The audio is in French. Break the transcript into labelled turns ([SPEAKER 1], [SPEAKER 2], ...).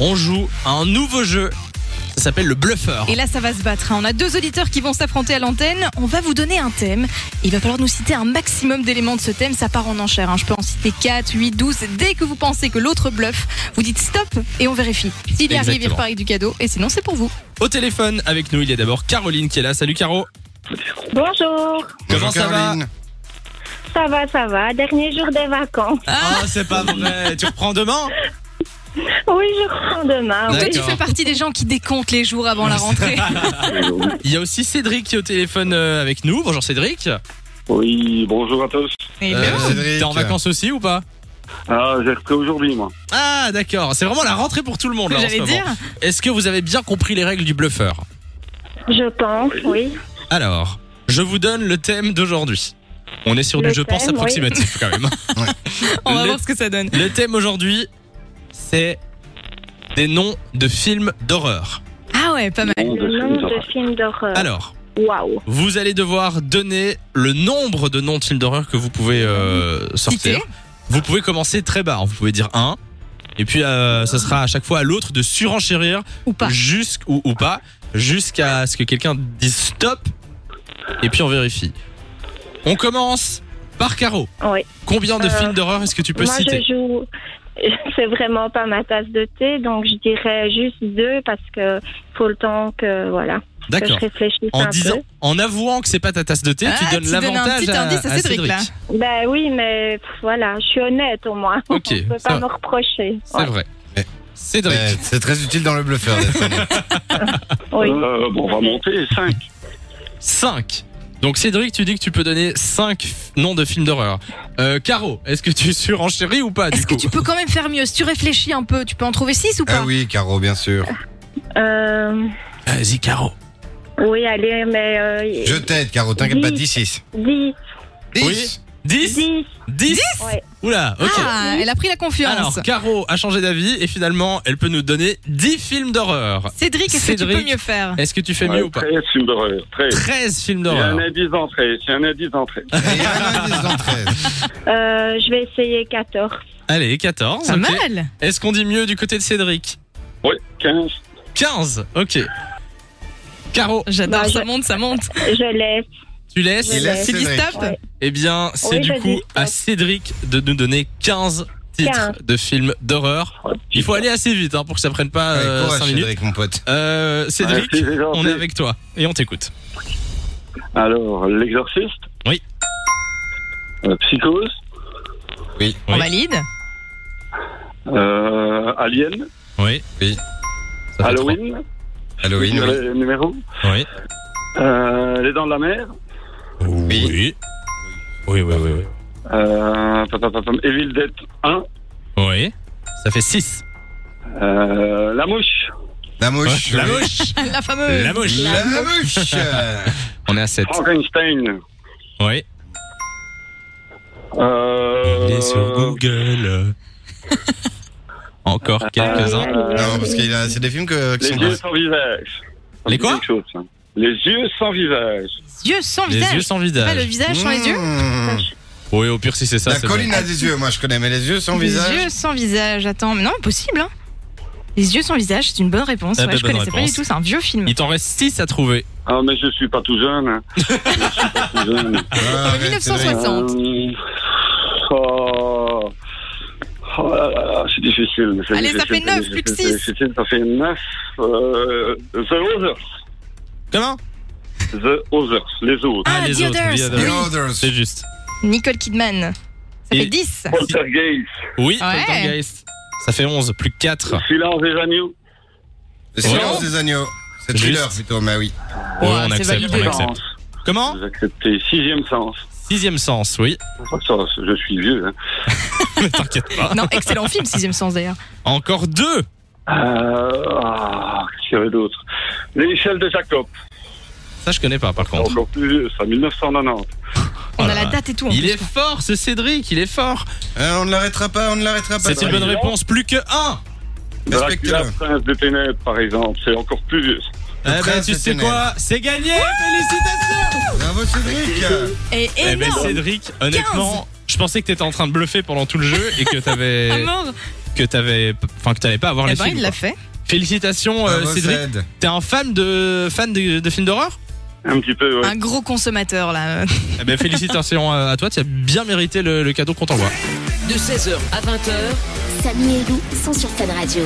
[SPEAKER 1] on joue à un nouveau jeu. Ça s'appelle le bluffeur.
[SPEAKER 2] Et là, ça va se battre. hein. On a deux auditeurs qui vont s'affronter à l'antenne. On va vous donner un thème. Il va falloir nous citer un maximum d'éléments de ce thème. Ça part en enchère. hein. Je peux en citer 4, 8, 12. Dès que vous pensez que l'autre bluffe, vous dites stop et on vérifie. S'il y arrive, il
[SPEAKER 1] Exactement.
[SPEAKER 2] repart avec du cadeau. Et sinon, c'est pour vous.
[SPEAKER 1] Au téléphone avec nous, il y a d'abord Caroline qui est là. Salut Caro.
[SPEAKER 3] Bonjour,
[SPEAKER 1] Comment ça va
[SPEAKER 4] Caroline.
[SPEAKER 3] ça va, ça va. Dernier jour des vacances.
[SPEAKER 1] Ah, c'est pas vrai. tu reprends demain
[SPEAKER 3] Oui, je reprends demain.
[SPEAKER 1] D'accord.
[SPEAKER 3] Oui.
[SPEAKER 2] Toi, tu fais partie des gens qui décomptent les jours avant la rentrée.
[SPEAKER 1] Il y a aussi Cédric qui est au téléphone euh, avec nous. Bonjour Cédric.
[SPEAKER 5] Oui, bonjour à tous.
[SPEAKER 2] Hello.
[SPEAKER 1] Euh,
[SPEAKER 4] Cédric.
[SPEAKER 1] T'es en vacances aussi ou pas
[SPEAKER 5] Ah, j'ai repris aujourd'hui, moi.
[SPEAKER 1] Ah, d'accord. C'est vraiment la rentrée pour tout le monde là en ce
[SPEAKER 2] J'allais
[SPEAKER 1] moment.
[SPEAKER 2] dire.
[SPEAKER 1] Est-ce que vous avez bien compris les règles du bluffeur
[SPEAKER 3] Je pense, oui.
[SPEAKER 1] Alors, je vous donne le thème d'aujourd'hui. On est sur
[SPEAKER 3] Le
[SPEAKER 1] du je pense
[SPEAKER 3] thème, oui.
[SPEAKER 1] approximatif quand même.
[SPEAKER 2] On va
[SPEAKER 1] Le-
[SPEAKER 2] voir ce que ça donne.
[SPEAKER 1] Le thème aujourd'hui, c'est des noms de films d'horreur.
[SPEAKER 2] Ah ouais, pas mal.
[SPEAKER 5] Nom de
[SPEAKER 3] Le
[SPEAKER 5] film
[SPEAKER 3] nombre
[SPEAKER 5] d'horreur.
[SPEAKER 3] de films d'horreur.
[SPEAKER 1] Alors,
[SPEAKER 3] Waouh.
[SPEAKER 1] vous allez devoir donner le nombre de noms de films d'horreur que vous pouvez euh, sortir.
[SPEAKER 2] Citer.
[SPEAKER 1] Vous pouvez commencer très bas, hein. vous pouvez dire un. Et puis, euh, ça sera à chaque fois à l'autre de surenchérir
[SPEAKER 2] Ou pas.
[SPEAKER 1] jusqu'- ou, ou pas, jusqu'à ce que quelqu'un dise stop. Et puis, on vérifie. On commence par Caro.
[SPEAKER 3] Oui.
[SPEAKER 1] Combien de
[SPEAKER 3] Euh,
[SPEAKER 1] films d'horreur est-ce que tu peux
[SPEAKER 3] Moi,
[SPEAKER 1] citer
[SPEAKER 3] je joue. C'est vraiment pas ma tasse de thé, donc je dirais juste deux parce que faut le temps que voilà que je
[SPEAKER 1] D'accord.
[SPEAKER 3] réfléchisse
[SPEAKER 1] En
[SPEAKER 3] un
[SPEAKER 1] disant, en avouant que c'est pas ta tasse de thé,
[SPEAKER 2] Ah,
[SPEAKER 1] tu donnes
[SPEAKER 2] tu donnes un
[SPEAKER 1] l'avantage
[SPEAKER 2] petit
[SPEAKER 1] à,
[SPEAKER 2] indice à
[SPEAKER 1] à
[SPEAKER 2] Cédric, là.
[SPEAKER 3] peu. Ben oui, mais pff, voilà, je suis honnête au moins.
[SPEAKER 1] Ok,
[SPEAKER 3] On peut
[SPEAKER 1] ça va.
[SPEAKER 3] pas me reprocher.
[SPEAKER 1] C'est vrai.
[SPEAKER 4] Ouais.
[SPEAKER 1] Cédric.
[SPEAKER 4] Ouais, C'est très utile dans le bluffeur. d'être honnête.
[SPEAKER 3] Oui.
[SPEAKER 5] Euh, bon, on va monter. 5.
[SPEAKER 1] 5. Donc Cédric, tu dis que tu peux donner 5 noms de films d'horreur. Euh, Caro, est-ce que tu surenchéris ou pas du
[SPEAKER 2] Est-ce que
[SPEAKER 1] coup
[SPEAKER 2] tu peux quand même faire mieux Si tu réfléchis un peu, tu peux en trouver 6 ou pas
[SPEAKER 4] ah oui, Caro, bien sûr.
[SPEAKER 5] Ah,
[SPEAKER 3] Euh,
[SPEAKER 1] Vas-y Caro.
[SPEAKER 3] oui, allez, mais euh,
[SPEAKER 4] Je t'aide, Caro, t'inquiète pas, 10, 6.
[SPEAKER 3] 10,
[SPEAKER 4] 10
[SPEAKER 1] Oui. 10
[SPEAKER 3] 10,
[SPEAKER 1] 10
[SPEAKER 3] Ouais.
[SPEAKER 1] Oula, ok.
[SPEAKER 2] Ah, elle a pris la confiance.
[SPEAKER 1] Alors, Caro a changé d'avis et finalement, elle peut nous donner 10 films d'horreur.
[SPEAKER 2] Cédric, est-ce que tu
[SPEAKER 1] Cédric.
[SPEAKER 2] peux mieux faire
[SPEAKER 1] Est-ce que tu fais mieux ou pas
[SPEAKER 5] 13 films d'horreur. 13.
[SPEAKER 1] 13 films
[SPEAKER 5] Il y a
[SPEAKER 1] d'horreur.
[SPEAKER 5] un indice d'entrée. C'est un indice d'entrée.
[SPEAKER 1] Ah.
[SPEAKER 4] Et il y en a un indice dans 13.
[SPEAKER 3] Euh, je vais essayer 14.
[SPEAKER 1] Allez, 14.
[SPEAKER 2] Pas
[SPEAKER 1] Ah, ok.
[SPEAKER 2] mal.
[SPEAKER 1] Est-ce qu'on dit mieux du côté de Cédric
[SPEAKER 5] Oui, 15.
[SPEAKER 1] 15. Ok. Caro,
[SPEAKER 2] J'adore,
[SPEAKER 3] Bah,
[SPEAKER 2] ça
[SPEAKER 3] je-
[SPEAKER 2] monte, ça monte.
[SPEAKER 3] Je laisse.
[SPEAKER 1] tu laisses
[SPEAKER 3] Il laisse
[SPEAKER 2] Cédric
[SPEAKER 4] Cédric.
[SPEAKER 2] stop
[SPEAKER 3] Ouais.
[SPEAKER 1] Eh bien, c'est
[SPEAKER 3] Oui,
[SPEAKER 1] du
[SPEAKER 3] vas-y,
[SPEAKER 1] coup
[SPEAKER 3] stop.
[SPEAKER 1] à Cédric de nous donner 15 titres
[SPEAKER 3] 15.
[SPEAKER 1] de films d'horreur. Il faut aller assez vite hein, pour que ça prenne pas
[SPEAKER 4] Allez, courage,
[SPEAKER 1] 5 minutes.
[SPEAKER 4] Cédric, mon pote.
[SPEAKER 1] Euh, Cédric,
[SPEAKER 5] Merci, c'est gentil.
[SPEAKER 1] on est avec toi et on t'écoute.
[SPEAKER 5] Alors, l'exorciste.
[SPEAKER 1] Oui.
[SPEAKER 5] Euh, Psychose.
[SPEAKER 2] On
[SPEAKER 1] Oui.
[SPEAKER 2] valide.
[SPEAKER 5] Euh, Alien.
[SPEAKER 1] Oui.
[SPEAKER 4] Oui.
[SPEAKER 1] Ça fait
[SPEAKER 5] Halloween.
[SPEAKER 4] Halloween, oui.
[SPEAKER 5] numéro- Numéro.
[SPEAKER 1] trois. Oui.
[SPEAKER 5] Euh, Les Dents de la Mer.
[SPEAKER 1] Oui. Oui. Oui, oui, oui.
[SPEAKER 5] Euh, pam, pam, pam, pam. Evil Dead 1.
[SPEAKER 1] Oui. Ça fait 6.
[SPEAKER 5] Euh, la Mouche.
[SPEAKER 4] La mouche.
[SPEAKER 1] La
[SPEAKER 4] oui.
[SPEAKER 1] mouche.
[SPEAKER 2] La fameuse.
[SPEAKER 1] La mouche.
[SPEAKER 4] La mouche.
[SPEAKER 1] On est à 7.
[SPEAKER 5] Frankenstein.
[SPEAKER 1] Oui.
[SPEAKER 5] Euh,
[SPEAKER 1] Google. Encore quelques-uns.
[SPEAKER 3] Euh,
[SPEAKER 4] Non, parce qu'il a, c'est des films que, qui
[SPEAKER 5] Les
[SPEAKER 4] sont
[SPEAKER 5] yeux sans visage.
[SPEAKER 1] Les
[SPEAKER 5] Ça me dit
[SPEAKER 1] quoi
[SPEAKER 5] quelque chose, ça. Les yeux sans visage.
[SPEAKER 2] Yeux sans
[SPEAKER 1] Les
[SPEAKER 2] visage.
[SPEAKER 1] yeux sans
[SPEAKER 2] Pas le
[SPEAKER 1] visage.
[SPEAKER 2] visage sans les yeux.
[SPEAKER 4] Mmh.
[SPEAKER 1] Oui, au pire, si c'est ça,
[SPEAKER 4] La
[SPEAKER 1] c'est bon.
[SPEAKER 4] colline a des yeux, moi je connais, mais les yeux sans
[SPEAKER 2] les
[SPEAKER 4] visage.
[SPEAKER 2] yeux sans visage. Attends, mais non, impossible. Hein. Les yeux sans visage, c'est une bonne réponse.
[SPEAKER 1] Ah,
[SPEAKER 2] Ouais,
[SPEAKER 1] bah,
[SPEAKER 2] je
[SPEAKER 1] bonne
[SPEAKER 2] connaissais pas
[SPEAKER 1] réponse.
[SPEAKER 2] du tout, c'est un vieux film.
[SPEAKER 1] Il t'en reste 6 à trouver.
[SPEAKER 5] Ah, mais je suis pas tout jeune. hein. je suis pas tout jeune. hein.
[SPEAKER 4] Ah, arrête,
[SPEAKER 2] 1960.
[SPEAKER 4] Cédric.
[SPEAKER 5] Euh, oh. Oh là là, c'est difficile. c'est
[SPEAKER 2] Allez, ça
[SPEAKER 5] difficile,
[SPEAKER 2] fait
[SPEAKER 5] c'est
[SPEAKER 2] neuf,
[SPEAKER 5] difficile,
[SPEAKER 2] plus que
[SPEAKER 5] c'est
[SPEAKER 2] six.
[SPEAKER 5] difficile, Ça fait 9. the Others.
[SPEAKER 1] Comment
[SPEAKER 5] The Others. Les autres.
[SPEAKER 2] Ah,
[SPEAKER 1] les
[SPEAKER 2] The
[SPEAKER 1] autres,
[SPEAKER 2] Others.
[SPEAKER 1] The
[SPEAKER 4] The
[SPEAKER 1] Others.
[SPEAKER 4] Others.
[SPEAKER 1] C'est juste.
[SPEAKER 2] Nicole Kidman. Ça
[SPEAKER 1] Et-
[SPEAKER 2] fait 10.
[SPEAKER 5] Poltergeist.
[SPEAKER 1] Oui,
[SPEAKER 2] Ouais.
[SPEAKER 1] Poltergeist. Ça fait 11, plus 4.
[SPEAKER 5] Silence des agneaux.
[SPEAKER 4] Le silence
[SPEAKER 1] Oh.
[SPEAKER 4] des agneaux. C'est
[SPEAKER 1] Juste.
[SPEAKER 4] thriller plutôt, mais oui.
[SPEAKER 1] Ouais,
[SPEAKER 2] c'est
[SPEAKER 1] on accepte,
[SPEAKER 2] validé.
[SPEAKER 1] on accepte.
[SPEAKER 5] Sens.
[SPEAKER 1] Comment
[SPEAKER 5] Vous acceptez. Sixième sens.
[SPEAKER 1] Sixième sens, oui.
[SPEAKER 5] Ça, je suis vieux. hein.
[SPEAKER 1] T'inquiète pas.
[SPEAKER 2] Non, excellent film, sixième sens d'ailleurs.
[SPEAKER 1] Encore deux.
[SPEAKER 5] Euh, ah, qu'est-ce qu'il y avait d'autre L'échelle de Jacob.
[SPEAKER 1] Ça, je connais pas, par contre.
[SPEAKER 5] Encore plus vieux, ça, 1990.
[SPEAKER 2] On
[SPEAKER 1] Voilà.
[SPEAKER 2] a la date et tout. en
[SPEAKER 1] Oh Il
[SPEAKER 2] plus.
[SPEAKER 1] est fort, ce Cédric, il est fort.
[SPEAKER 4] Euh, on ne l'arrêtera pas, on ne l'arrêtera pas.
[SPEAKER 1] C'est une bonne
[SPEAKER 5] Patrick.
[SPEAKER 1] réponse, plus que un.
[SPEAKER 4] Respecte-le.
[SPEAKER 5] Dracula, prince des ténèbres, par exemple, c'est encore plus vieux.
[SPEAKER 1] Eh ben,
[SPEAKER 4] prince
[SPEAKER 1] tu
[SPEAKER 4] des
[SPEAKER 1] sais
[SPEAKER 4] ténèbres.
[SPEAKER 1] quoi C'est gagné. Félicitations.
[SPEAKER 4] Bravo Cédric.
[SPEAKER 2] Et
[SPEAKER 1] Eh ben,
[SPEAKER 2] énorme.
[SPEAKER 1] Cédric, honnêtement, je pensais que t'étais en train de bluffer pendant tout le jeu et que
[SPEAKER 2] À
[SPEAKER 1] t'avais.
[SPEAKER 2] Ah, mort.
[SPEAKER 1] que t'avais, enfin que t'allais pas avoir
[SPEAKER 2] Eh
[SPEAKER 1] les
[SPEAKER 2] ben,
[SPEAKER 1] films.
[SPEAKER 2] il l'a
[SPEAKER 1] quoi.
[SPEAKER 2] fait.
[SPEAKER 1] Félicitations euh,
[SPEAKER 4] Bravo,
[SPEAKER 1] Cédric.
[SPEAKER 4] Zed.
[SPEAKER 1] T'es un fan de fan de, de films d'horreur
[SPEAKER 5] Un petit peu, ouais.
[SPEAKER 2] Un gros consommateur, là.
[SPEAKER 1] Eh ben, félicitations à à toi. Tu as bien mérité le, le cadeau qu'on t'envoie.
[SPEAKER 6] De 16h à 20h,
[SPEAKER 7] Samy et Lou sont sur Fan Radio.